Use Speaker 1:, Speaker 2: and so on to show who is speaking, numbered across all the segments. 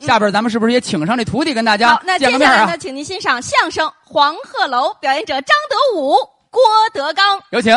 Speaker 1: 下边咱们是不是也请上这徒弟跟大家
Speaker 2: 好，那
Speaker 1: 见个
Speaker 2: 接下
Speaker 1: 面
Speaker 2: 来呢，
Speaker 1: 啊？
Speaker 2: 请您欣赏相声《黄鹤楼》，表演者张德武、郭德纲。
Speaker 1: 有请。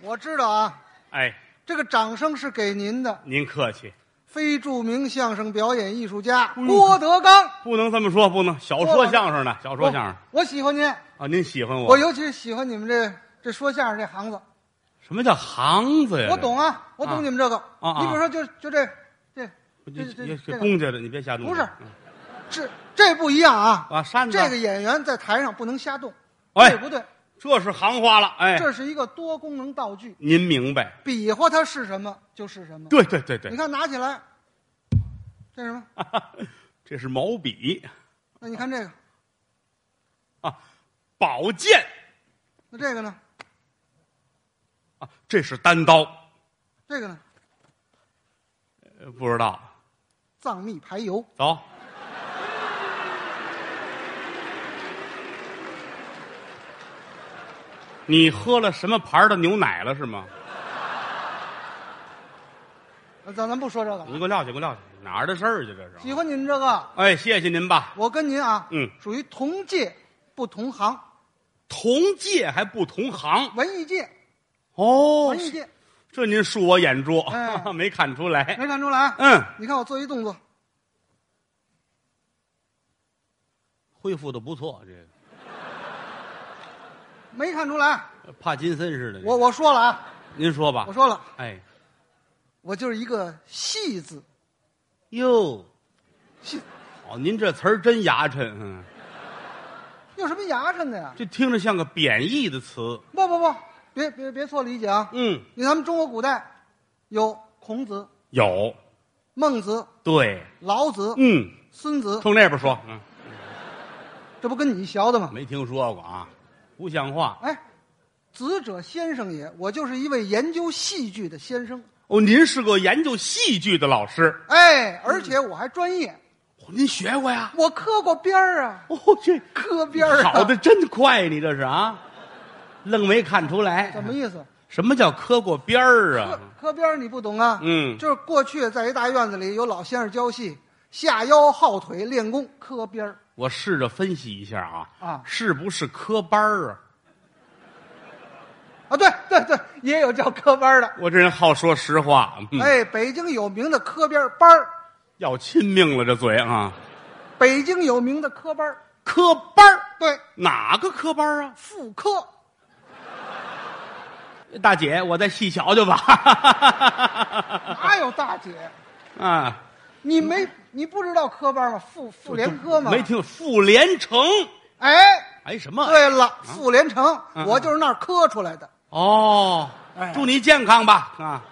Speaker 3: 我知道啊，
Speaker 4: 哎，
Speaker 3: 这个掌声是给您的。
Speaker 4: 您客气，
Speaker 3: 非著名相声表演艺术家
Speaker 4: 嗯
Speaker 3: 郭德纲，
Speaker 4: 不能这么说，不能小说相声呢，小说相声
Speaker 3: 我，我喜欢您，
Speaker 4: 啊，您喜欢我？
Speaker 3: 我尤其是喜欢你们这这说相声这行子，
Speaker 4: 什么叫行子呀？
Speaker 3: 我懂啊，我懂你们这个。
Speaker 4: 啊啊
Speaker 3: 你比如说就，就这这
Speaker 4: 这，
Speaker 3: 这
Speaker 4: 这这
Speaker 3: 这
Speaker 4: 这
Speaker 3: 这
Speaker 4: 公家的，你别瞎弄。
Speaker 3: 不是
Speaker 4: 嗯
Speaker 3: 这这不一样啊。
Speaker 4: 啊，扇子
Speaker 3: 这个演员在台上不能瞎动，
Speaker 4: 哎
Speaker 3: 对不对？
Speaker 4: 这是行话了，哎，
Speaker 3: 这是一个多功能道具，
Speaker 4: 您明白？
Speaker 3: 比划它是什么就是什么。
Speaker 4: 对对对对
Speaker 3: 你，看拿起来，这是什么？
Speaker 4: 这是毛笔
Speaker 3: 那你看这个，
Speaker 4: 啊，宝剑
Speaker 3: 那这个呢？
Speaker 4: 啊，这是单刀，
Speaker 3: 这个呢？
Speaker 4: 呃不知道，
Speaker 3: 藏秘排油。
Speaker 4: 走。你喝了什么牌儿的牛奶了是吗？
Speaker 3: 呃咱咱不说这个了，
Speaker 4: 你给我撂下，给我撂下，哪儿的事儿去啊这
Speaker 3: 喜
Speaker 4: 是？
Speaker 3: 欢您这个，
Speaker 4: 哎，谢谢您吧。
Speaker 3: 我跟您啊，
Speaker 4: 嗯，
Speaker 3: 属于同界不同行，
Speaker 4: 同届还不同行
Speaker 3: 文艺界，
Speaker 4: 哦
Speaker 3: 文艺界，
Speaker 4: 这您恕我眼拙，
Speaker 3: 哎
Speaker 4: 没看出来。
Speaker 3: 没看出来？啊
Speaker 4: 嗯，
Speaker 3: 你看我做一动作，
Speaker 4: 恢复的不错，这个
Speaker 3: 没看出来？
Speaker 4: 帕金森似的。
Speaker 3: 我我说了啊，
Speaker 4: 您说吧
Speaker 3: 我，说了，
Speaker 4: 哎
Speaker 3: 我就是一个戏字，
Speaker 4: 哟，
Speaker 3: 戏
Speaker 4: 哦，您这词儿真牙碜，嗯，
Speaker 3: 有什么牙碜的呀？
Speaker 4: 这听着像个贬义的词。
Speaker 3: 不不不，别别别错理解啊！
Speaker 4: 嗯，
Speaker 3: 你咱们中国古代有孔子、
Speaker 4: 有
Speaker 3: 孟子、
Speaker 4: 对，
Speaker 3: 老子、
Speaker 4: 嗯，
Speaker 3: 孙子，
Speaker 4: 从那边说，嗯，
Speaker 3: 这不跟你学的吗？
Speaker 4: 没听说过啊，不像话。
Speaker 3: 哎，子者先生也，我就是一位研究戏剧的先生。
Speaker 4: 哦，您是个研究戏剧的老师，
Speaker 3: 哎，而且我还专业，
Speaker 4: 哦您学过呀？
Speaker 3: 我磕过边儿啊，
Speaker 4: 哦，这
Speaker 3: 磕边儿、啊。
Speaker 4: 好的，真快，你这是啊，愣没看出来。
Speaker 3: 什么意思？
Speaker 4: 什么叫磕过边儿
Speaker 3: 磕
Speaker 4: 嗯啊？
Speaker 3: 磕边儿你不懂啊？
Speaker 4: 嗯
Speaker 3: 就是过去在一大院子里有老先生教戏，下腰耗腿练功，磕边儿。
Speaker 4: 我试着分析一下啊，
Speaker 3: 啊
Speaker 4: 是不是磕班儿啊？
Speaker 3: 啊，对对对，也有叫磕班儿的。
Speaker 4: 我这人好说实话，嗯、
Speaker 3: 哎，北京有名的磕边儿班儿，
Speaker 4: 要亲命了这嘴啊！
Speaker 3: 北京有名的磕班儿，
Speaker 4: 磕班儿，
Speaker 3: 对，
Speaker 4: 哪个磕班儿啊？
Speaker 3: 妇 科。
Speaker 4: 大姐，我再细瞧瞧吧。
Speaker 3: 哪有哎大姐？
Speaker 4: 啊，
Speaker 3: 你没你不知道科班吗？妇妇联科吗？
Speaker 4: 没。听妇联城？
Speaker 3: 哎，
Speaker 4: 哎，什么？
Speaker 3: 对了，妇联城，
Speaker 4: 嗯
Speaker 3: 我就是那儿科出来的。
Speaker 4: 哦
Speaker 3: 哎，
Speaker 4: 祝你健康吧啊！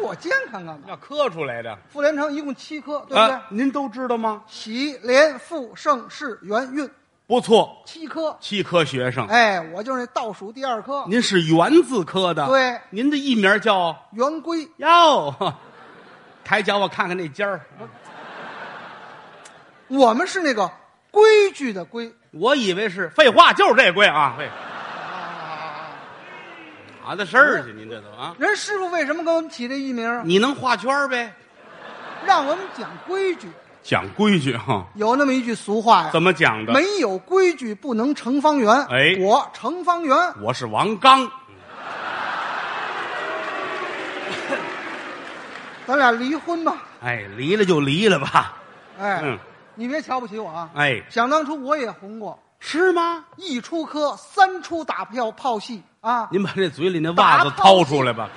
Speaker 3: 我健康干嘛？
Speaker 4: 要磕出来的，
Speaker 3: 妇联城一共七科，对不对？
Speaker 4: 啊，您都知道吗？
Speaker 3: 喜、联、复、盛、世、元、运
Speaker 4: 不错，
Speaker 3: 七科。
Speaker 4: 七科学生。
Speaker 3: 哎，我就是那倒数第二科，
Speaker 4: 您是原字科的，
Speaker 3: 对
Speaker 4: 您的艺名叫
Speaker 3: 圆规。
Speaker 4: 哟， 抬脚我看看那尖儿，
Speaker 3: 我们是那个规矩的规。
Speaker 4: 我以为是废话，就是这规啊，废哪的事儿去？您这都啊，
Speaker 3: 人师傅为什么给我们起这艺名啊？
Speaker 4: 你能画圈儿呗？
Speaker 3: 让我们讲规矩。
Speaker 4: 讲规矩哈，
Speaker 3: 有那么一句俗话呀，
Speaker 4: 怎么讲的？
Speaker 3: 没有规矩不能成方圆。
Speaker 4: 哎
Speaker 3: 我成方圆。
Speaker 4: 我是王刚，
Speaker 3: 咱俩离婚吧。
Speaker 4: 哎，离了就离了吧，
Speaker 3: 哎，
Speaker 4: 嗯
Speaker 3: 你别瞧不起我啊！
Speaker 4: 哎，
Speaker 3: 想当初我也红过，
Speaker 4: 是吗？
Speaker 3: 一出科三出打票炮戏啊，
Speaker 4: 您把这嘴里那袜子掏出来吧。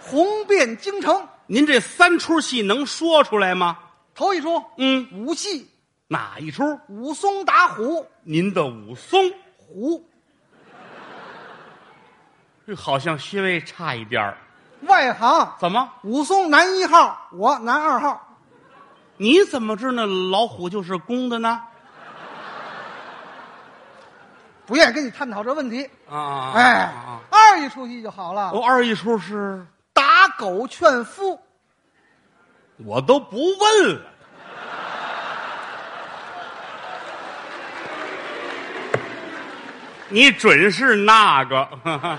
Speaker 3: 红遍京城。
Speaker 4: 您这三出戏能说出来吗？
Speaker 3: 头一出
Speaker 4: 嗯，
Speaker 3: 武戏，
Speaker 4: 哪一出？
Speaker 3: 武松打虎，
Speaker 4: 您的武松
Speaker 3: 虎
Speaker 4: 这好像稍微差一点儿，
Speaker 3: 外行，
Speaker 4: 怎么？
Speaker 3: 武松男一号，我男二号。
Speaker 4: 你怎么知道那老虎就是公的呢？
Speaker 3: 不愿意跟你探讨这问题。
Speaker 4: 啊，
Speaker 3: 哎
Speaker 4: 啊，哦
Speaker 3: 二一出戏就好了，
Speaker 4: 哎我二一出是，
Speaker 3: 打狗劝夫，
Speaker 4: 我都不问了。 你准是那个 啊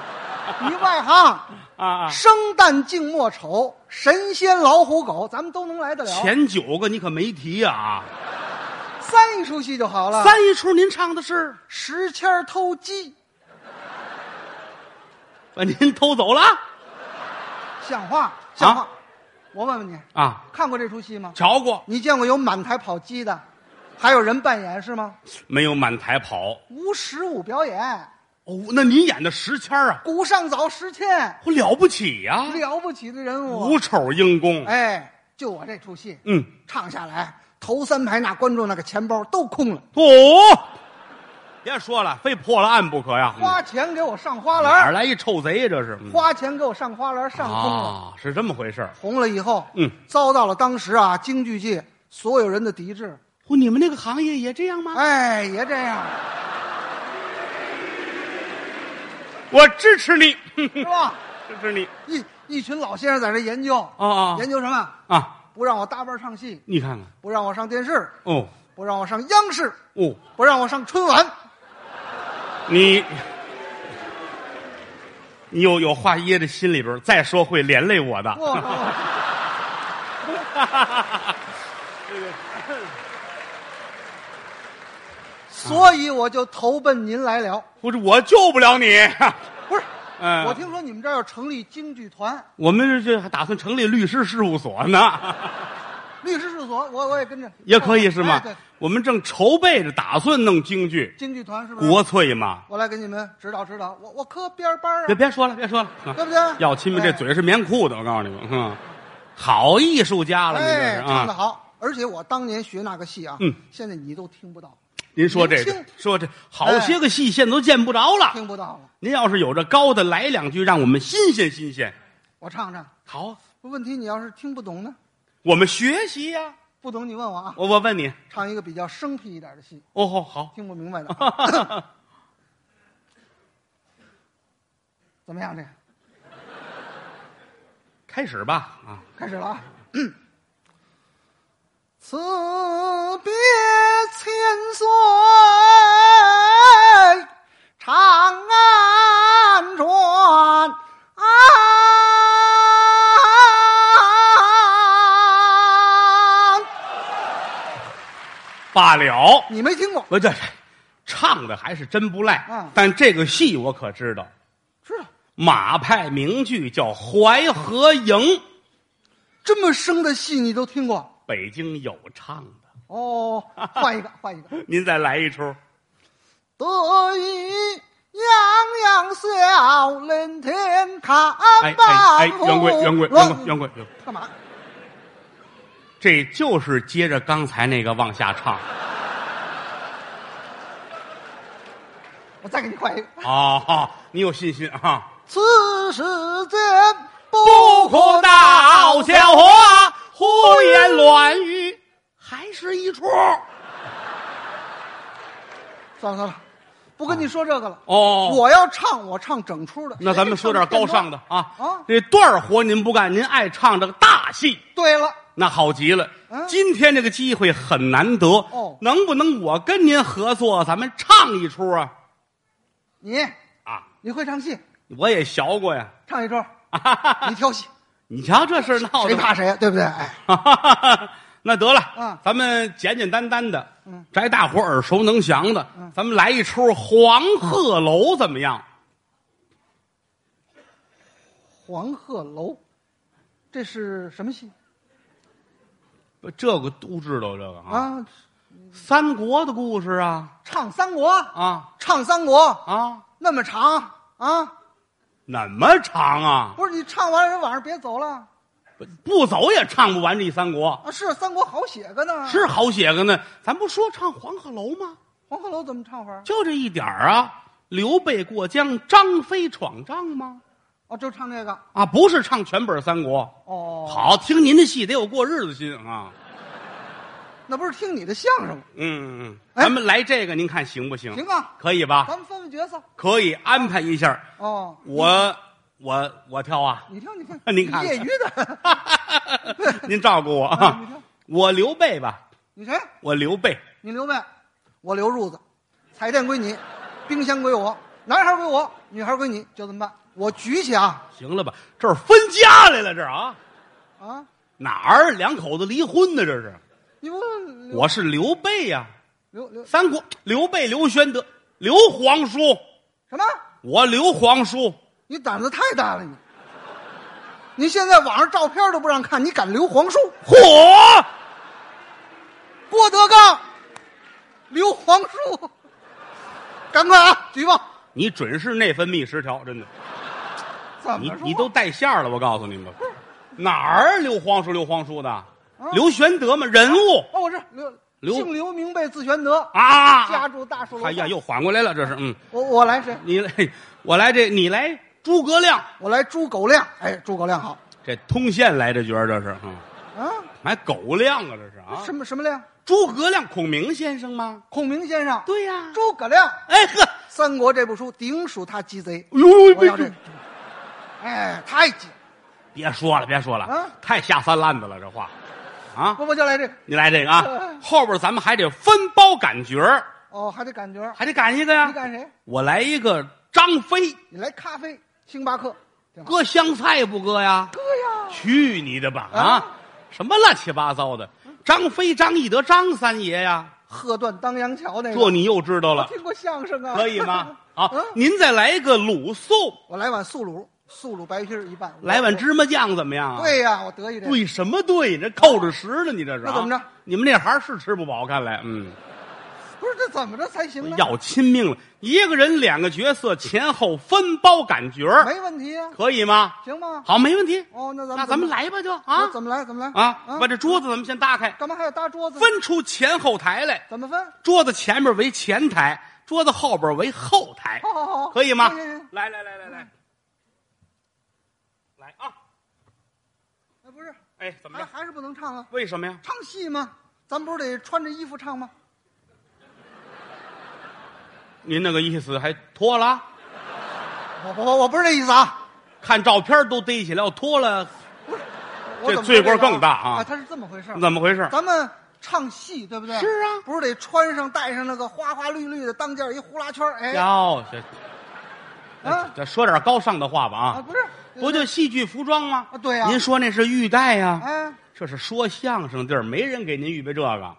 Speaker 3: 你外行，
Speaker 4: 啊！
Speaker 3: 生旦净末丑，神仙老虎狗，咱们都能来得了。
Speaker 4: 前九个你可没提啊！
Speaker 3: 三一出戏就好了。
Speaker 4: 三一出您唱的是
Speaker 3: 时迁儿偷鸡，
Speaker 4: 把您偷走了
Speaker 3: 像话像话
Speaker 4: 啊。
Speaker 3: 我问问你，
Speaker 4: 啊？
Speaker 3: 看过这出戏吗？
Speaker 4: 瞧过
Speaker 3: 你见过有满台跑鸡的，还有人扮演是吗？
Speaker 4: 没有？满台跑
Speaker 3: 无实物表演，
Speaker 4: 哦，那您演的石谦儿啊，
Speaker 3: 古上早时迁，
Speaker 4: 我了不起呀、
Speaker 3: 了不起的人物
Speaker 4: 五。丑英公，
Speaker 3: 哎，就我这出戏，
Speaker 4: 嗯，
Speaker 3: 唱下来，头三排那观众那个钱包都空了，
Speaker 4: 哦，别说了，非破了案不可呀！
Speaker 3: 花钱给我上花
Speaker 4: 嗯
Speaker 3: 篮
Speaker 4: 哪儿
Speaker 3: 儿，
Speaker 4: 来一臭贼呀？这是嗯
Speaker 3: 花钱给我上花篮儿，上空了。
Speaker 4: 啊，是这么回事儿。
Speaker 3: 红了以后，
Speaker 4: 嗯，
Speaker 3: 遭到了当时啊京剧界所有人的抵制。
Speaker 4: 哦，你们那个行业也这样吗？
Speaker 3: 哎，也这样，
Speaker 4: 我支持你，
Speaker 3: 是吧？
Speaker 4: 支持你
Speaker 3: 一一群老先生在这研究，
Speaker 4: 啊啊
Speaker 3: 研究什么？
Speaker 4: 啊！
Speaker 3: 不让我搭班唱戏，
Speaker 4: 你看看，
Speaker 3: 不让我上电视，
Speaker 4: 哦
Speaker 3: 不让我上央视，
Speaker 4: 哦，
Speaker 3: 不让我上春 晚。
Speaker 4: 你你有有话掖在心里边儿，再说会连累我的。
Speaker 3: 哇哇所以我就投奔您来了。
Speaker 4: 不是我救不了你，
Speaker 3: 不是，
Speaker 4: 嗯，
Speaker 3: 我听说你们这儿要成立京剧团、
Speaker 4: 我们这还打算成立律师事务所呢，
Speaker 3: 律师事务所，我我也跟着，
Speaker 4: 也可以是吗
Speaker 3: 哎对，？
Speaker 4: 我们正筹备着，打算弄京剧，
Speaker 3: 京剧团是不是？
Speaker 4: 国粹嘛。
Speaker 3: 我来给你们指导指导，我我科编班啊
Speaker 4: 别，别说了，别说了，啊
Speaker 3: 对不哎对？
Speaker 4: 要亲们这嘴是棉裤的，我告诉你们，嗯，好艺术家了，您这
Speaker 3: 哎，
Speaker 4: 是
Speaker 3: 唱的
Speaker 4: 啊。
Speaker 3: 好。而且我当年学那个戏啊，
Speaker 4: 嗯
Speaker 3: 现在你都听不到，
Speaker 4: 您说这
Speaker 3: 年
Speaker 4: 个
Speaker 3: 轻，哎
Speaker 4: 说这好些个戏现在都见不着了。
Speaker 3: 听不到了。
Speaker 4: 您要是有这高的，来两句，让我们新鲜新鲜。
Speaker 3: 我唱唱，
Speaker 4: 好啊，
Speaker 3: 问题你要是听不懂呢？
Speaker 4: 我们学习呀。
Speaker 3: 不懂你问我啊，
Speaker 4: 我我问你，
Speaker 3: 唱一个比较生僻一点的戏，
Speaker 4: 哦吼，好，
Speaker 3: 听不明白的啊， 怎么样？这个
Speaker 4: 开始吧啊。
Speaker 3: 开始了啊。辞别千岁长安啊庄。
Speaker 4: 罢了。
Speaker 3: 你没听过？
Speaker 4: 我这唱的还是真不赖，
Speaker 3: 嗯
Speaker 4: 但这个戏我可知道，
Speaker 3: 知道
Speaker 4: 马派名剧叫《淮河营》，
Speaker 3: 这么生的戏你都听过？
Speaker 4: 北京有唱的。
Speaker 3: 哦，换一个，换一个。
Speaker 4: 您再来一出，
Speaker 3: 得意洋洋笑，连天看
Speaker 4: 哎哎哎，
Speaker 3: 虎
Speaker 4: 袁贵，袁贵，
Speaker 3: 龙
Speaker 4: 袁贵，袁贵，袁贵
Speaker 3: 干嘛？
Speaker 4: 这就是接着刚才那个往下唱
Speaker 3: 我再给你换一个。
Speaker 4: 啊、哦！你有信心啊？
Speaker 3: 此世间不可道笑，
Speaker 4: 话，胡言乱语，还是一出
Speaker 3: 算了算了，不跟你说这个了。
Speaker 4: 哦。
Speaker 3: 我要唱，我唱整出哎的。
Speaker 4: 那咱们说点高尚的啊
Speaker 3: 啊
Speaker 4: 这段儿活您不干，您爱唱这个大戏，
Speaker 3: 对了，
Speaker 4: 那好极了。
Speaker 3: 嗯
Speaker 4: 今天这个机会很难得
Speaker 3: 哦
Speaker 4: 能不能我跟您合作，咱们唱一出啊？
Speaker 3: 你
Speaker 4: 啊，
Speaker 3: 你会唱戏，
Speaker 4: 我也学过呀。
Speaker 3: 唱一出，
Speaker 4: 啊哈哈
Speaker 3: 你
Speaker 4: 哈
Speaker 3: 挑戏，
Speaker 4: 你瞧这事儿闹的，
Speaker 3: 谁怕谁呀？对不对？哎，
Speaker 4: 哈哈哈那得了，
Speaker 3: 嗯
Speaker 4: 咱们简简单单的，
Speaker 3: 嗯，
Speaker 4: 摘大伙耳熟能详的，咱们来一出《黄鹤楼》怎么样？
Speaker 3: 黄鹤楼，这是什么戏
Speaker 4: 这个都知道这个啊，
Speaker 3: 啊？
Speaker 4: 三国的故事啊
Speaker 3: 唱三国，
Speaker 4: 啊
Speaker 3: 唱三国
Speaker 4: 啊！
Speaker 3: 那么长啊？
Speaker 4: 怎么长啊？
Speaker 3: 不是你唱完了人晚上别走了
Speaker 4: 不不走也唱不完这三国，
Speaker 3: 啊？是三国好写个呢？
Speaker 4: 是好写个呢。咱不说唱黄鹤楼吗？
Speaker 3: 黄鹤楼怎么唱法？
Speaker 4: 就这一点儿啊。刘备过江，张飞闯帐吗？
Speaker 3: 哦，就唱这个
Speaker 4: 啊，不是唱全本三国。
Speaker 3: 哦。
Speaker 4: 好，听您的戏得有过日子心啊。
Speaker 3: 那不是听你的相声吗？
Speaker 4: 嗯，嗯
Speaker 3: 哎
Speaker 4: 咱们来这个，您看行不行？
Speaker 3: 行啊，
Speaker 4: 可以吧？
Speaker 3: 咱们分分角色。
Speaker 4: 可以安排一下。
Speaker 3: 哦，
Speaker 4: 我我我挑啊，，
Speaker 3: 你听，你听
Speaker 4: 您看看
Speaker 3: 业余 的，
Speaker 4: 您照顾我
Speaker 3: 哎你
Speaker 4: 啊
Speaker 3: 挑。
Speaker 4: 我刘备吧，
Speaker 3: 你谁？
Speaker 4: 我刘备。
Speaker 3: 你刘备，我刘褥子，彩电归你，冰箱归我，男孩归我，女孩归你，就这么办。我举起啊
Speaker 4: 行了吧？这儿分家来了，这儿啊，
Speaker 3: 啊！
Speaker 4: 哪儿两口子离婚呢？这是，
Speaker 3: 你不刘
Speaker 4: 我是刘备呀、
Speaker 3: 刘刘
Speaker 4: 三国刘备、刘玄德、刘皇叔，
Speaker 3: 什么？
Speaker 4: 我刘皇叔，
Speaker 3: 你胆子太大了你！你现在网上照片都不让看，你敢刘皇叔、
Speaker 4: 嚯！
Speaker 3: 郭德纲、刘皇叔？赶快啊，举报！
Speaker 4: 你准是内分泌失调，真的，
Speaker 3: 怎
Speaker 4: 你
Speaker 3: 么说？
Speaker 4: 你都带馅儿了，我告诉 你们，哪儿刘皇叔、刘皇叔的，
Speaker 3: 嗯
Speaker 4: 刘玄德嘛，人物
Speaker 3: 哦，我是刘
Speaker 4: 刘
Speaker 3: 姓刘名备字玄德，家
Speaker 4: 啊，
Speaker 3: 住大树楼。
Speaker 4: 哎呀，，又缓过来了，这是，嗯，
Speaker 3: 我我来谁？
Speaker 4: 你来， 我来这，你来诸葛亮，
Speaker 3: 我来诸葛亮。哎，诸葛亮好
Speaker 4: 这通县来这角儿，这是，嗯，
Speaker 3: 啊！
Speaker 4: 买狗亮啊，这是啊
Speaker 3: 什，么什么亮？
Speaker 4: 诸葛亮，孔明先生吗？
Speaker 3: 孔明先生，
Speaker 4: 对呀、
Speaker 3: 诸葛亮，《
Speaker 4: 哎呵，
Speaker 3: 三国》这部书顶属他鸡贼。
Speaker 4: 呦
Speaker 3: 我要这个，哎，太鸡，
Speaker 4: 别说了，别说了，
Speaker 3: 啊
Speaker 4: 太下三滥子了，这话，啊，
Speaker 3: 我我就来这个。
Speaker 4: 你来这个啊
Speaker 3: 嗯，
Speaker 4: 后边咱们还得分包感觉儿，
Speaker 3: 哦，还得感觉。
Speaker 4: 还得赶一个呀
Speaker 3: 你。干谁？
Speaker 4: 我来一个张飞，
Speaker 3: 你来咖啡，星巴克。挺好
Speaker 4: 搁香菜不搁呀？
Speaker 3: 哥呀，
Speaker 4: 去你的吧啊
Speaker 3: 啊！
Speaker 4: 什么乱七八糟的？张飞、张翼德、张三爷呀，
Speaker 3: 喝断当阳桥那个。
Speaker 4: 这你又知道 了，
Speaker 3: 听过相声啊？
Speaker 4: 可 以吗？啊
Speaker 3: 嗯，
Speaker 4: 您再来一个鲁肃，
Speaker 3: 我来碗素卤，素卤白皮儿一半。
Speaker 4: 来碗。芝麻酱怎么样啊？
Speaker 3: 对呀，我得意这个。
Speaker 4: 对什么对？这扣着食呢，你这是啊？
Speaker 3: 那怎么着
Speaker 4: 你们这行是吃不饱，看来嗯，
Speaker 3: 不是这怎么着才行呢？
Speaker 4: 要亲命了。一个人两个角色，前后分包感觉儿
Speaker 3: 没问题啊，
Speaker 4: 可以吗？
Speaker 3: 行吗？
Speaker 4: 好，没问题。
Speaker 3: 哦，那咱们
Speaker 4: 那咱们来吧，就啊
Speaker 3: 那怎么来？怎么来？嗯
Speaker 4: 啊，把这桌子咱们先搭开，
Speaker 3: 干嘛还要搭桌子？
Speaker 4: 分出前后台来。
Speaker 3: 怎么分？
Speaker 4: 桌子前面为前台，桌子后边为后台，
Speaker 3: 好好哦哎好，
Speaker 4: 可以吗
Speaker 3: 行行行？
Speaker 4: 来来来来来，来啊！
Speaker 3: 哎不是，
Speaker 4: 哎，怎么
Speaker 3: 还
Speaker 4: 着？
Speaker 3: 还是不能唱啊？
Speaker 4: 为什么呀？
Speaker 3: 唱戏吗？咱不是得穿着衣服唱吗？
Speaker 4: 您那个意思还脱了？
Speaker 3: 我我我不是这意思啊，
Speaker 4: 看照片都逮起来，要脱了
Speaker 3: 我怎
Speaker 4: 这
Speaker 3: 么
Speaker 4: 罪过
Speaker 3: 会这样
Speaker 4: 更大啊
Speaker 3: 啊！他是这么回事儿，
Speaker 4: 怎么回事？
Speaker 3: 咱们唱戏对不对？
Speaker 4: 啊是啊
Speaker 3: 不是得穿上戴上那个花花绿绿的当间儿一呼啦圈儿哎
Speaker 4: 哟，这这
Speaker 3: 啊
Speaker 4: 这说点高尚的话吧
Speaker 3: 啊
Speaker 4: 啊！
Speaker 3: 不是
Speaker 4: 不就戏剧服装吗
Speaker 3: 啊？对呀
Speaker 4: 您说那是玉带呀？
Speaker 3: 哎
Speaker 4: 这是说相声的地儿，没人给您预备这个，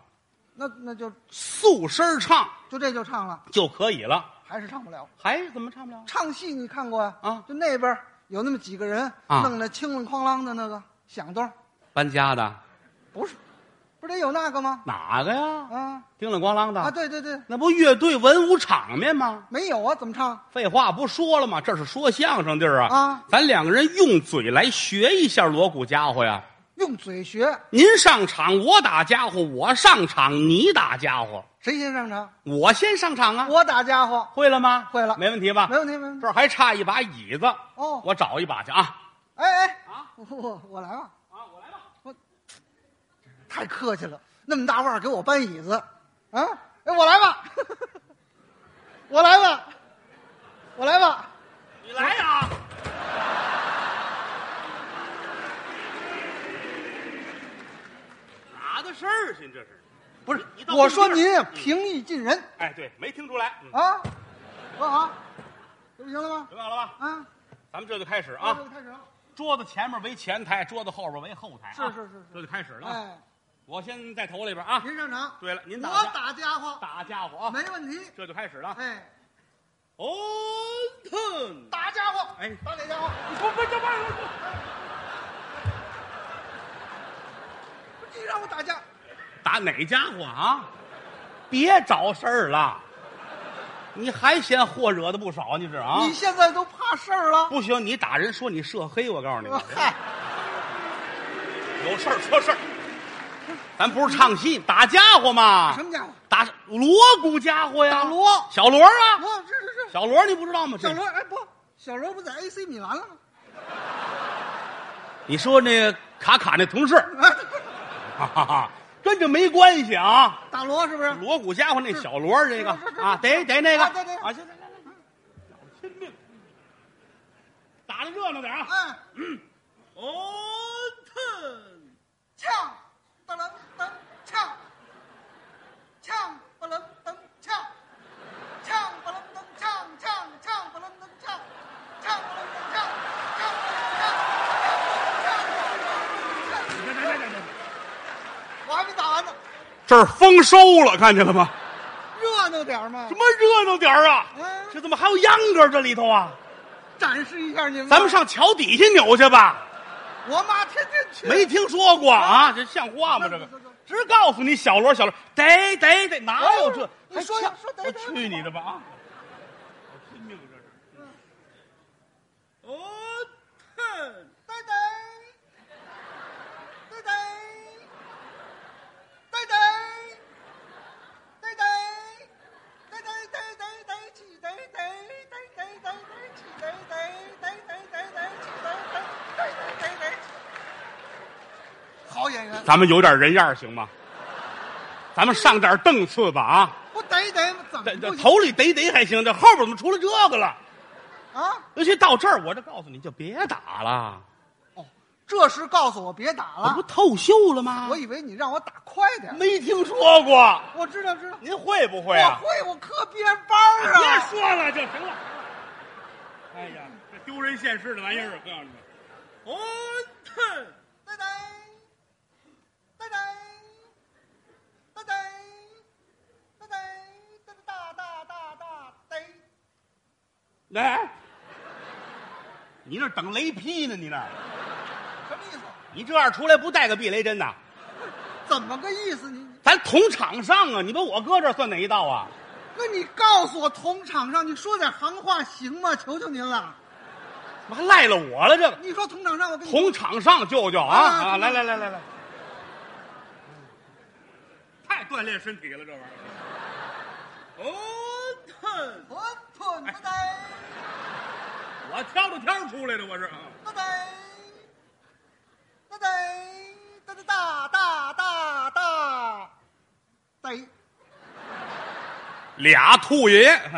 Speaker 3: 那那就
Speaker 4: 素身唱
Speaker 3: 就这就唱了，
Speaker 4: 就可以了。
Speaker 3: 还是唱不了。
Speaker 4: 还怎么唱不了？
Speaker 3: 唱戏你看过呀？
Speaker 4: 啊
Speaker 3: 就那边儿有那么几个人
Speaker 4: 啊
Speaker 3: 弄那清啷哐啷的那个响动儿，
Speaker 4: 搬家的
Speaker 3: 不是，不是得有那个吗？
Speaker 4: 哪个呀？
Speaker 3: 啊
Speaker 4: 叮了咣啷的
Speaker 3: 啊，对对对，
Speaker 4: 那不乐队文武场面吗？
Speaker 3: 没有啊，怎么唱？
Speaker 4: 废话不说了吗？这是说相声地儿啊！
Speaker 3: 啊，
Speaker 4: 咱两个人用嘴来学一下锣鼓家伙呀。
Speaker 3: 用嘴学，
Speaker 4: 您上场，我打家伙；我上场，你打家伙。
Speaker 3: 谁先上场？
Speaker 4: 我先上场啊！
Speaker 3: 我打家伙，
Speaker 4: 会了吗？
Speaker 3: 会了
Speaker 4: 没问题吧？
Speaker 3: 没问题没问题。
Speaker 4: 这儿还差一把椅子，
Speaker 3: 哦
Speaker 4: 我找一把去啊！
Speaker 3: 哎哎
Speaker 4: 啊
Speaker 3: 我我我来吧，
Speaker 4: 啊，我来吧。
Speaker 3: 太客气了，那么大腕儿给我搬椅子，啊，哎我来吧，我来吧，我来吧，
Speaker 4: 你来呀！哪的事儿？您这是？
Speaker 3: 不是
Speaker 4: 你，到
Speaker 3: 我说
Speaker 4: 这儿
Speaker 3: 您呀
Speaker 4: 嗯
Speaker 3: 平易近人
Speaker 4: 哎，对，没听出来。嗯，
Speaker 3: 啊，多好，这不行了吗？
Speaker 4: 准备好了吧？
Speaker 3: 啊
Speaker 4: 咱们这就开始
Speaker 3: 这
Speaker 4: 啊！
Speaker 3: 就开始了，
Speaker 4: 桌子前面为前台，桌子后边为后台啊。
Speaker 3: 是是是是
Speaker 4: 这就开始了啊。
Speaker 3: 哎，
Speaker 4: 我先在头里边啊。
Speaker 3: 您上场，
Speaker 4: 对了，您
Speaker 3: 我打
Speaker 4: 打架
Speaker 3: 家伙，
Speaker 4: 打家伙啊，
Speaker 3: 没问题，
Speaker 4: 这就开始了啊。
Speaker 3: 哎，
Speaker 4: 哦，腾，
Speaker 3: 打家伙，
Speaker 4: 哎
Speaker 3: 打哪家伙？
Speaker 4: 不不这慢点
Speaker 3: 你让我打架，
Speaker 4: 啊打哪家伙啊？别找事儿了，你还嫌祸惹的不少，你这啊？
Speaker 3: 你现在都怕事儿了？
Speaker 4: 不行，你打人说你涉黑，我告诉你，
Speaker 3: 啊嗨，
Speaker 4: 有事儿说事儿。咱不是唱戏，打家伙嘛？
Speaker 3: 什么家伙？
Speaker 4: 打锣鼓家伙呀？
Speaker 3: 打锣
Speaker 4: 小锣啊？
Speaker 3: 我这这这
Speaker 4: 小锣你不知道吗？这
Speaker 3: 小罗哎不，小罗不在 AC 米兰了吗？
Speaker 4: 你说那卡卡那 同事，
Speaker 3: 哎，
Speaker 4: 哈哈哈，跟这没关系啊。
Speaker 3: 打罗是不是？
Speaker 4: 锣鼓家伙那小锣儿这个
Speaker 3: 是是是是
Speaker 4: 啊，得得那个
Speaker 3: 啊对对
Speaker 4: 啊，行行行行行，小亲命，打的热闹点啊！
Speaker 3: 哎，
Speaker 4: 哦，腾，
Speaker 3: 呛，噔噔噔呛，呛，噔噔噔呛，呛，噔噔噔呛呛呛
Speaker 4: 这儿丰收了，看见了吗？
Speaker 3: 热闹点儿嘛
Speaker 4: 什，么热闹点儿啊
Speaker 3: 嗯？
Speaker 4: 这怎么还有秧歌这里头啊？
Speaker 3: 展示一下你们。
Speaker 4: 咱们，上桥底下扭去吧。
Speaker 3: 我妈天天去。
Speaker 4: 没听说过啊，这像话吗？这个
Speaker 3: 那那那，
Speaker 4: 只告诉你小罗小罗，得得得，哪有这？
Speaker 3: 哎你说
Speaker 4: 还呛
Speaker 3: 说得
Speaker 4: 我
Speaker 3: 得
Speaker 4: 去你的吧啊！我拼命这是。哦，哼，
Speaker 3: 呆呆，呆呆，呆呆，呆呆，呆呆呆呆呆起呆呆呆呆呆呆起呆呆呆呆呆呆起呆呆呆呆呆呆。好演员，
Speaker 4: 咱们有点人样儿行吗？咱们上点档次吧啊！
Speaker 3: 不呆呆吗？怎么
Speaker 4: 这这
Speaker 3: 不行
Speaker 4: 头里得得还行，这后边怎么出了这个了？
Speaker 3: 啊？
Speaker 4: 尤其到这儿，我这告诉你就别打了，
Speaker 3: 哦，这是告诉我别打
Speaker 4: 这不
Speaker 3: 了，
Speaker 4: 透秀了吗
Speaker 3: 我？以为你让我打快点儿。
Speaker 4: 没听说过，
Speaker 3: 我知道，知道。
Speaker 4: 您会不会
Speaker 3: 我
Speaker 4: 啊？
Speaker 3: 会，我科编班儿啊。
Speaker 4: 别说了，就行了。哎呀，这丢人现世的玩意儿，我告诉你们。哦，哼
Speaker 3: 呆呆，呆呆，呆呆，呆呆，呆大大大大呆，
Speaker 4: 来，你那等雷劈呢？你那，
Speaker 3: 什么意思？
Speaker 4: 你这样出来不带个避雷针呐？
Speaker 3: 怎么个意思？你
Speaker 4: 咱同场上啊，你把我搁这儿算哪一道啊？
Speaker 3: 那你告诉我，同场上你说点行话行吗？求求您了！
Speaker 4: 怎么还赖了我了？这个
Speaker 3: 你说同场上，我跟你
Speaker 4: 同场上舅舅啊
Speaker 3: 啊
Speaker 4: 啊！
Speaker 3: 同
Speaker 4: 来来来来来，太锻炼身体了，这玩意儿。哦，哼。
Speaker 3: 我滚呆呆
Speaker 4: 我挑着挑儿出来的，我是。啊
Speaker 3: 呆呆，呆呆，呆大大大大呆。
Speaker 4: 俩兔爷，什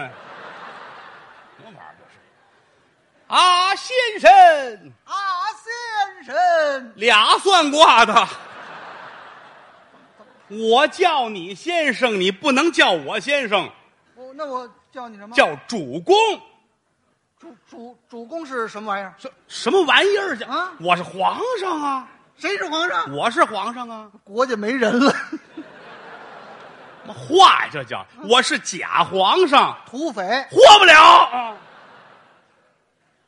Speaker 4: 么玩意儿这是？啊，先生，
Speaker 3: 啊，先生，
Speaker 4: 俩算卦的。我叫你先生，你不能叫我先生，
Speaker 3: 我那我叫你什么？
Speaker 4: 叫主公。
Speaker 3: 主主主公是什么玩意儿？
Speaker 4: 什什么玩意儿去
Speaker 3: 啊
Speaker 4: 我是皇上啊，
Speaker 3: 谁是皇上？
Speaker 4: 我是皇上啊，
Speaker 3: 嗯国家没人了，
Speaker 4: 什么话呀这叫？我是假皇上，
Speaker 3: 土匪
Speaker 4: 活不了。啊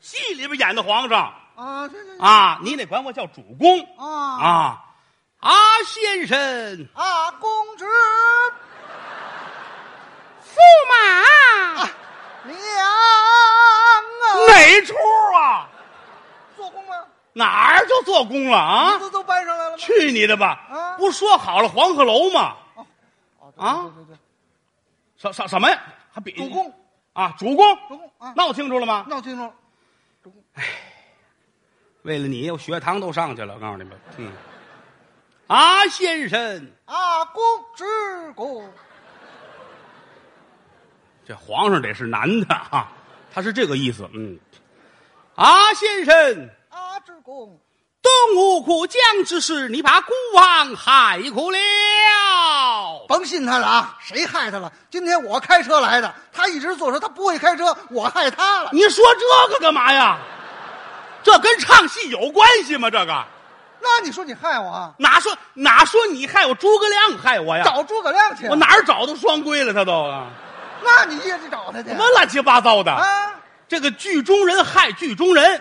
Speaker 4: 戏里边演的皇上，
Speaker 3: 啊！行行行
Speaker 4: 啊，你得管我叫主公
Speaker 3: 啊
Speaker 4: 啊啊，先生，
Speaker 3: 啊！公职
Speaker 4: 驸马
Speaker 3: 良啊，
Speaker 4: 哪出啊？
Speaker 3: 做工吗？
Speaker 4: 哪儿就做工了
Speaker 3: 啊，
Speaker 4: 啊？
Speaker 3: 都都搬上来了吗？
Speaker 4: 去你的吧！
Speaker 3: 啊
Speaker 4: 不说好了黄鹤楼吗？
Speaker 3: 哦
Speaker 4: 啊
Speaker 3: 对对对对，
Speaker 4: 什什什么呀？还比
Speaker 3: 主公
Speaker 4: 啊，主公，
Speaker 3: 主公啊，
Speaker 4: 闹清楚了吗？
Speaker 3: 闹清楚了，
Speaker 4: 为了你，我血糖都上去了，我告诉你们，嗯。啊，先生，
Speaker 3: 啊，公职公
Speaker 4: 这皇上得是男的啊，他是这个意思，嗯。啊，先生，
Speaker 3: 啊，职公
Speaker 4: 东吴苦将之事，你把孤王害苦了。
Speaker 3: 甭信他了啊！谁害他了？今天我开车来的，他一直坐车，他不会开车，我害他了。
Speaker 4: 你说这个干嘛呀？这跟唱戏有关系吗？这个
Speaker 3: 那你说你害我啊？
Speaker 4: 哪说哪说你害我诸葛亮害我呀？
Speaker 3: 找诸葛亮去啊！
Speaker 4: 我哪儿找到双规了？他都啊
Speaker 3: 那你也得找他去
Speaker 4: 什么乱七八糟的？
Speaker 3: 啊！
Speaker 4: 这个剧中人害剧中人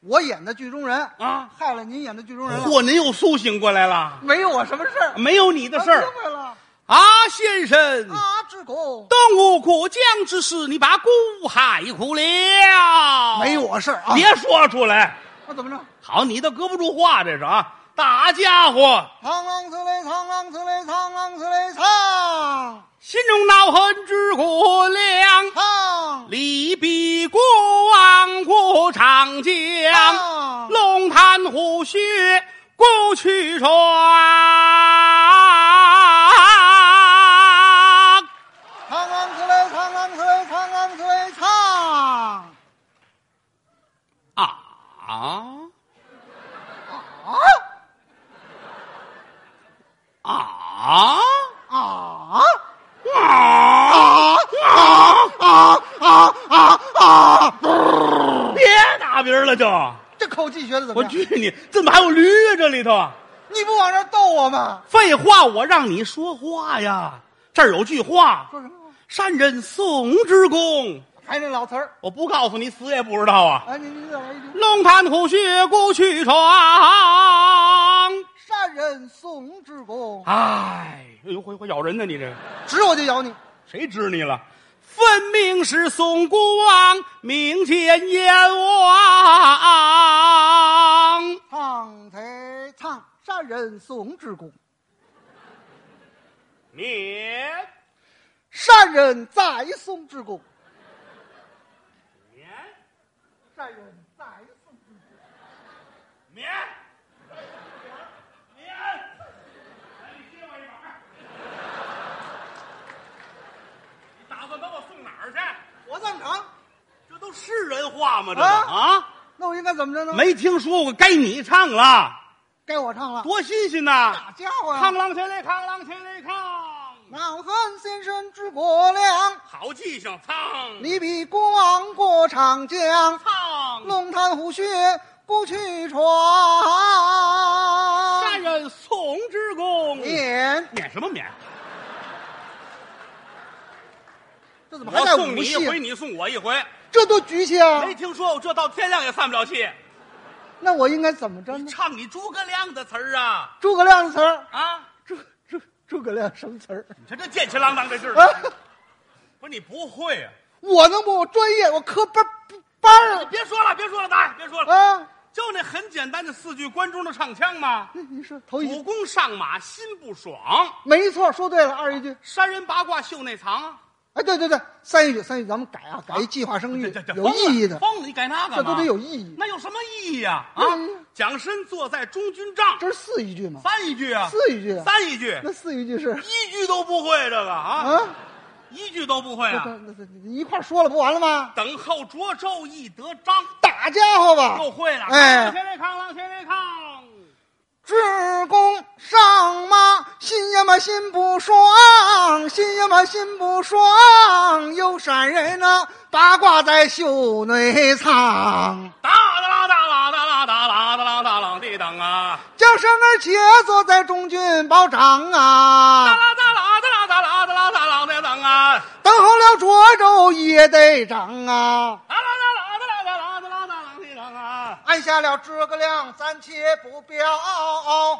Speaker 3: 我演的剧中人
Speaker 4: 啊！
Speaker 3: 害了您演的剧中人了，
Speaker 4: 嚯，您又苏醒过来了，
Speaker 3: 没有我什么事儿
Speaker 4: 没有你的事
Speaker 3: 啊
Speaker 4: 儿
Speaker 3: 明白了
Speaker 4: 啊，先生。
Speaker 3: 啊，志狗
Speaker 4: 东吴苦将之事，你把孤害苦了。
Speaker 3: 没我事儿啊，
Speaker 4: 别说出来。
Speaker 3: 那怎么着？
Speaker 4: 好，你都搁不住话，这是啊！大家伙
Speaker 3: 螳螂刺嘞，螳螂刺嘞，螳螂刺嘞，苍
Speaker 4: 心中恼恨之过量，
Speaker 3: 苍
Speaker 4: 利弊过往过长
Speaker 3: 啊
Speaker 4: 江，
Speaker 3: 苍，
Speaker 4: 龙潭虎穴故去传。
Speaker 3: 螳螂刺嘞，螳螂刺嘞，螳螂刺嘞，苍
Speaker 4: 啊啊
Speaker 3: 啊
Speaker 4: 啊啊啊啊啊！别打鸣了就。
Speaker 3: 这口气学的怎么
Speaker 4: 我
Speaker 3: 样？
Speaker 4: 去你！怎么还有驴啊？这里头啊
Speaker 3: 你不往这儿逗我吗？
Speaker 4: 废话，我让你说话呀！这儿有句话
Speaker 3: 说什么？：“
Speaker 4: 善人宋之公。
Speaker 3: 还那老词儿”
Speaker 4: 我不告诉你，死也不知道啊！
Speaker 3: 啊！你你再来一句。
Speaker 4: 龙潭虎穴故去闯。
Speaker 3: 善人宋之公，
Speaker 4: 哎，哎呦，会会咬人呢！你这
Speaker 3: 指我就咬你。
Speaker 4: 谁知你了？分明是宋孤王明见燕王。
Speaker 3: 唱才唱，善人宋之公，
Speaker 4: 你
Speaker 3: 善人在宋之公，
Speaker 4: 免
Speaker 3: 善人在宋之公，
Speaker 4: 免免，哎，你接我一把。你打算把我送哪儿去？
Speaker 3: 我怎么唱？
Speaker 4: 这都是人话吗？这都
Speaker 3: 啊
Speaker 4: 啊，
Speaker 3: 那我应该怎么着呢？，
Speaker 4: 没听说过，该你唱了，
Speaker 3: 该我唱了。
Speaker 4: 多新鲜呐！
Speaker 3: 打架啊！
Speaker 4: 扛啷前来，扛啷前来，扛！
Speaker 3: 南汉先生治国良，
Speaker 4: 好记性，苍
Speaker 3: 你比国王过长江，
Speaker 4: 苍
Speaker 3: 龙潭虎穴不去闯。
Speaker 4: 杀人宋之公，
Speaker 3: 免，
Speaker 4: 免什么免？
Speaker 3: 这怎么还
Speaker 4: 我
Speaker 3: 带
Speaker 4: 送
Speaker 3: 武
Speaker 4: 你一
Speaker 3: 戏啊？
Speaker 4: 回，你送我一回，
Speaker 3: 这多局气啊！
Speaker 4: 没听说过这到天亮也散不了气。
Speaker 3: 那我应该怎么着
Speaker 4: 你
Speaker 3: 呢？
Speaker 4: 唱你诸葛亮的词儿啊
Speaker 3: 诸葛亮的词儿，
Speaker 4: 啊！
Speaker 3: 诸诸诸葛亮什么词儿？
Speaker 4: 你看这贱气郎当的劲
Speaker 3: 啊，
Speaker 4: 儿，不是你不会啊！
Speaker 3: 我能不？我专业，我科班班
Speaker 4: 你
Speaker 3: 儿
Speaker 4: 别说了，别说了，大爷，别说了，
Speaker 3: 啊！
Speaker 4: 就那很简单的四句关中的唱腔嘛。
Speaker 3: 那您说头一
Speaker 4: 武
Speaker 3: 句
Speaker 4: 功上马心不爽，
Speaker 3: 没错，说对了。二一句，
Speaker 4: 山人八卦袖内藏啊，
Speaker 3: 哎，对对对，三一句，三一句，咱们改啊，改一计划生育，有意义的，
Speaker 4: 疯了！你改那干嘛
Speaker 3: 这都得有意义。
Speaker 4: 那有什么意义呀、啊？
Speaker 3: 嗯
Speaker 4: 蒋申坐在中军帐，
Speaker 3: 这是四一句吗？
Speaker 4: 三一句啊，
Speaker 3: 四一句啊
Speaker 4: 三一句，
Speaker 3: 那四一句是
Speaker 4: 一句都不会这个啊，
Speaker 3: 啊？
Speaker 4: 一句都不会
Speaker 3: 那
Speaker 4: 啊。
Speaker 3: 那那你一块儿说了不完了吗？
Speaker 4: 等候涿州一得张，
Speaker 3: 打家伙吧！
Speaker 4: 又会了。
Speaker 3: 哎
Speaker 4: 前来抗，前来抗。
Speaker 3: 志公上马，心呀嘛心不爽，心呀嘛心不爽。有闪人呐、八卦在袖内藏。
Speaker 4: 哒啦哒啦哒啦哒啦哒啦哒啦地当啊，
Speaker 3: 叫声儿且坐在中军保长
Speaker 4: 哒
Speaker 3: 啊，
Speaker 4: 啦哒啦哒啦哒啦哒啦哒啦地当啊，
Speaker 3: 等候了涿州也得长啊。
Speaker 4: 哒啦哒啦哒啦哒啦哒啦哒啦地当啊。
Speaker 3: 按下了诸葛亮，暂且不表。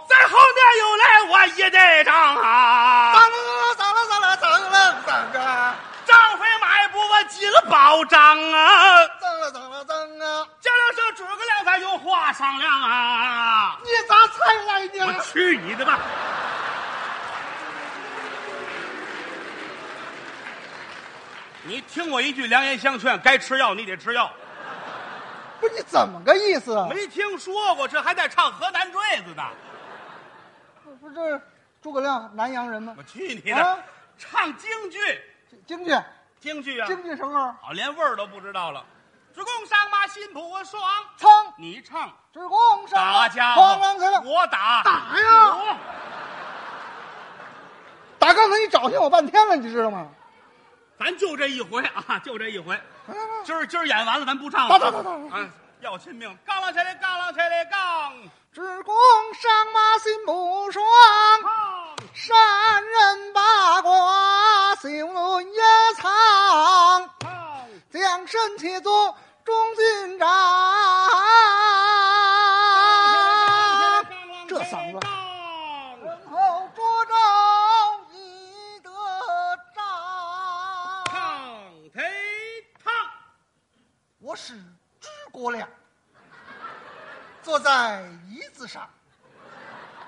Speaker 4: 在后面有来我也得当啊。
Speaker 3: 咋了咋了咋了咋了咋了
Speaker 4: 张飞马也不我几个保障啊！
Speaker 3: 咋了咋了咋啊！
Speaker 4: 这要是诸葛亮，咱有话商量啊！
Speaker 3: 你咋才来
Speaker 4: 我
Speaker 3: 呢？
Speaker 4: 去你的吧！你听我一句良言相劝，该吃药你得吃药。
Speaker 3: 不是你怎么个意思啊？
Speaker 4: 没听说过这还在唱河南坠子呢？
Speaker 3: 不是诸葛亮南阳人吗？
Speaker 4: 我去你的！
Speaker 3: 啊
Speaker 4: 唱京剧，
Speaker 3: 京剧，
Speaker 4: 京剧啊！
Speaker 3: 京剧什么时候？
Speaker 4: 好，连味儿都不知道了。主公上马心不爽，
Speaker 3: 仓
Speaker 4: 你唱
Speaker 3: 之公上
Speaker 4: 打
Speaker 3: 马
Speaker 4: 家
Speaker 3: 哐啷才
Speaker 4: 伙，
Speaker 3: 了。
Speaker 4: 我打
Speaker 3: 打呀
Speaker 4: 我
Speaker 3: 打刚才你找寻我半天了，你知道吗？
Speaker 4: 咱就这一回啊，就这一回。
Speaker 3: 来来来
Speaker 4: 今儿今儿演完了，咱不唱
Speaker 3: 啊打打打打
Speaker 4: 了。
Speaker 3: 打
Speaker 4: 啊，要亲命！杠啷起来，杠啷起来，杠
Speaker 3: 之公上马心不爽，
Speaker 4: 杠！
Speaker 3: 善人八卦心论也藏，
Speaker 4: 杠
Speaker 3: 将身且坐中军长。啊这嗓子
Speaker 4: 杠
Speaker 3: 等候涿州已得长。
Speaker 4: 杠忒烫，
Speaker 3: 我是诸葛亮，坐在椅子上，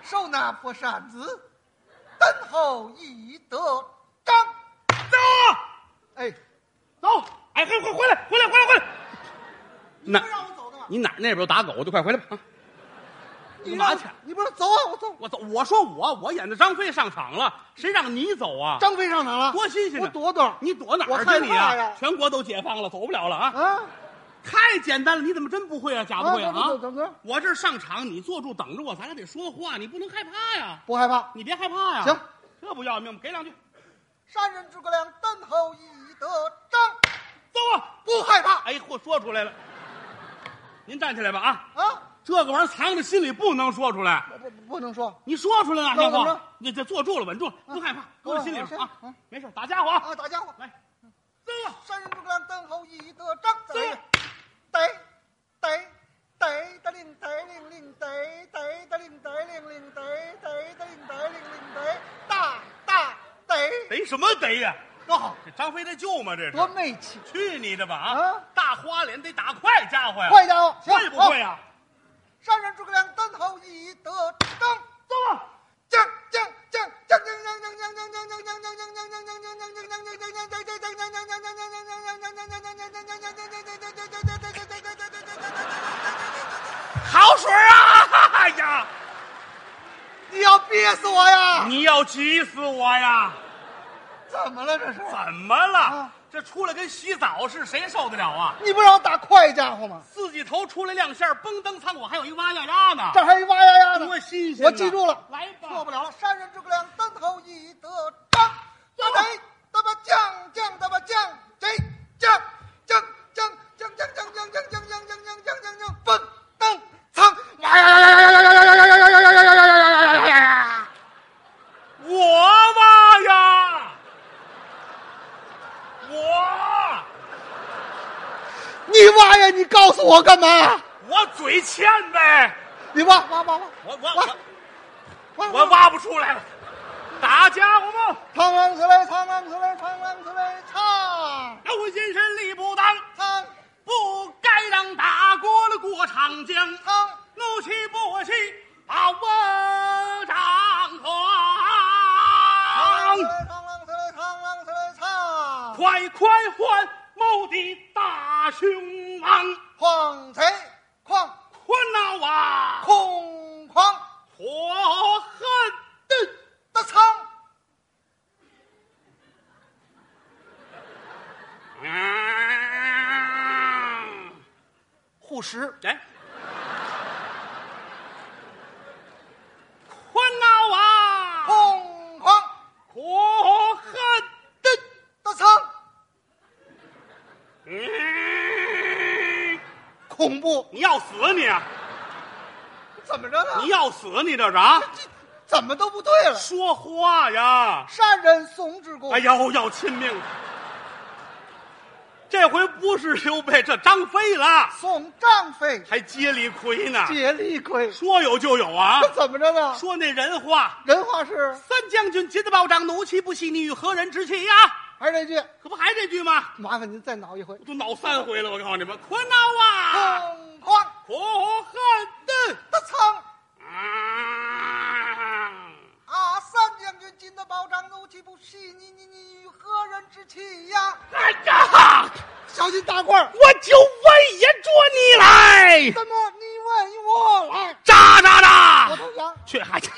Speaker 3: 手拿破扇子，等候一得张。
Speaker 4: 走
Speaker 3: 哎，
Speaker 4: 走！哎，快快回来，回来，回来，回来！
Speaker 3: 你
Speaker 4: 哪
Speaker 3: 不？让我走的吗？
Speaker 4: 你哪儿那边有打狗的？快回来吧！啊
Speaker 3: 你让
Speaker 4: 干嘛
Speaker 3: 我
Speaker 4: 去？
Speaker 3: 你不是走啊？我走。
Speaker 4: 我走！我说我我演的张飞上场了，谁让你走啊？
Speaker 3: 张飞上哪了？
Speaker 4: 多新鲜呢
Speaker 3: 我躲躲。
Speaker 4: 你躲哪
Speaker 3: 我
Speaker 4: 儿
Speaker 3: 害
Speaker 4: 去你
Speaker 3: 怕呀
Speaker 4: 啊？全国都解放了，走不了了啊！
Speaker 3: 啊
Speaker 4: 太简单了，你怎么真不会啊？假不会啊？
Speaker 3: 啊！怎么着？
Speaker 4: 我这儿上场，你坐住等着我，咱俩得说话，你不能害怕呀！
Speaker 3: 不害怕。
Speaker 4: 你别害怕呀！
Speaker 3: 行，
Speaker 4: 这不要命吗？给两句，
Speaker 3: 山人诸葛亮，等候一得张。
Speaker 4: 走啊！
Speaker 3: 不害怕
Speaker 4: 哎，嚯，说出来了。您站起来吧啊！
Speaker 3: 啊！
Speaker 4: 这个玩意儿藏在心里不能说出来。
Speaker 3: 不不不能说
Speaker 4: 你说出来啊了，
Speaker 3: 那
Speaker 4: 小
Speaker 3: 我怎么
Speaker 4: 伙
Speaker 3: 着，
Speaker 4: 你这坐住了，稳住了，不害怕，搁在心里
Speaker 3: 啊是
Speaker 4: 边啊
Speaker 3: 嗯，
Speaker 4: 没事，打家伙啊，
Speaker 3: 啊！打家伙，
Speaker 4: 来，啊这个
Speaker 3: 山竹杠灯后一个张，
Speaker 4: 这个
Speaker 3: 呆呆呆呆令呆令令呆呆呆令呆令令呆呆呆令呆令令呆大大呆，
Speaker 4: 逮什么逮呀？
Speaker 3: 多好，
Speaker 4: 这张飞他舅吗？这
Speaker 3: 多
Speaker 4: 是，
Speaker 3: 媚气！
Speaker 4: 去你的吧啊
Speaker 3: 啊！
Speaker 4: 大花脸得打快家伙呀，
Speaker 3: 快家伙，行
Speaker 4: 会不会？啊
Speaker 3: 好
Speaker 4: 呀？
Speaker 3: 山上诸葛亮灯后一得张，
Speaker 4: 走吧。
Speaker 3: 将将将将将将将将将将将将将将将将将将将将将将将将将将将将将将将将将将
Speaker 4: 好水啊！ 哎呀，
Speaker 3: 你要憋死我呀！
Speaker 4: 你要急死我呀！
Speaker 3: 怎么了这是？
Speaker 4: 怎么了
Speaker 3: 啊？
Speaker 4: 这出来跟洗澡是谁受得了啊？
Speaker 3: 你不让我打快家伙吗？
Speaker 4: 自己头出来亮相，蹦蹬仓管，还有一挖呀呀呢
Speaker 3: 这，还一哇呀呀呢！
Speaker 4: 多新鲜！
Speaker 3: 我记住了，
Speaker 4: 来吧，
Speaker 3: 错不了了。山上诸葛亮单头一得张，大白大白将将大白将谁将将将将将将将将将将将将将将将蹦蹬仓哇呀呀呀呀呀呀呀呀呀呀呀呀呀呀呀呀呀呀！
Speaker 4: 我挖呀，我
Speaker 3: 你挖呀！你告诉我干嘛？
Speaker 4: 我嘴欠呗，
Speaker 3: 你挖挖挖挖
Speaker 4: 我
Speaker 3: 啊
Speaker 4: 我
Speaker 3: 挖
Speaker 4: 我我挖不出来了，打家伙吧，
Speaker 3: 苍啷起来，苍啷起来，苍啷起来，苍
Speaker 4: 老我先身力不当，
Speaker 3: 苍
Speaker 4: 不该让打过了过长江。
Speaker 3: 苍。
Speaker 4: 怒气不息，把我掌狂。快快唤某的大雄王，
Speaker 3: 况贼况
Speaker 4: 困扰啊，
Speaker 3: 空旷
Speaker 4: 火恨的
Speaker 3: 的仓，
Speaker 4: 啊！
Speaker 3: 护食
Speaker 4: 哎，困扰啊，
Speaker 3: 空旷
Speaker 4: 火恨的。
Speaker 3: 的仓，
Speaker 4: 嗯
Speaker 3: 恐怖
Speaker 4: 你要死啊你！
Speaker 3: 怎么着呢？
Speaker 4: 你要死你这是啊！
Speaker 3: 怎么都不对了？
Speaker 4: 说话呀！
Speaker 3: 杀人怂之功，
Speaker 4: 哎呦，要亲命！这回不是刘备，这张飞了，
Speaker 3: 送张飞
Speaker 4: 还接李逵呢。
Speaker 3: 竭力亏，
Speaker 4: 说有就有啊！
Speaker 3: 这怎么着呢？
Speaker 4: 说那人话，
Speaker 3: 人话是
Speaker 4: 三将军节得暴涨，奴气不息，你与何人之气呀？
Speaker 3: 还是那句，
Speaker 4: 可不还这句吗？
Speaker 3: 麻烦您再挠一回，
Speaker 4: 我都脑三回了，我告诉你们，困扰啊！
Speaker 3: 空旷
Speaker 4: 苦恨的
Speaker 3: 的仓。
Speaker 4: 啊！
Speaker 3: 啊！三将军金的宝杖，怒气不息，你你你与何人之气呀？
Speaker 4: 哎呀，
Speaker 3: 小心大褂儿！
Speaker 4: 我就问爷捉你来！
Speaker 3: 怎么你问我来？
Speaker 4: 喳喳
Speaker 3: 我
Speaker 4: 喳！
Speaker 3: 投降。
Speaker 4: 去还去。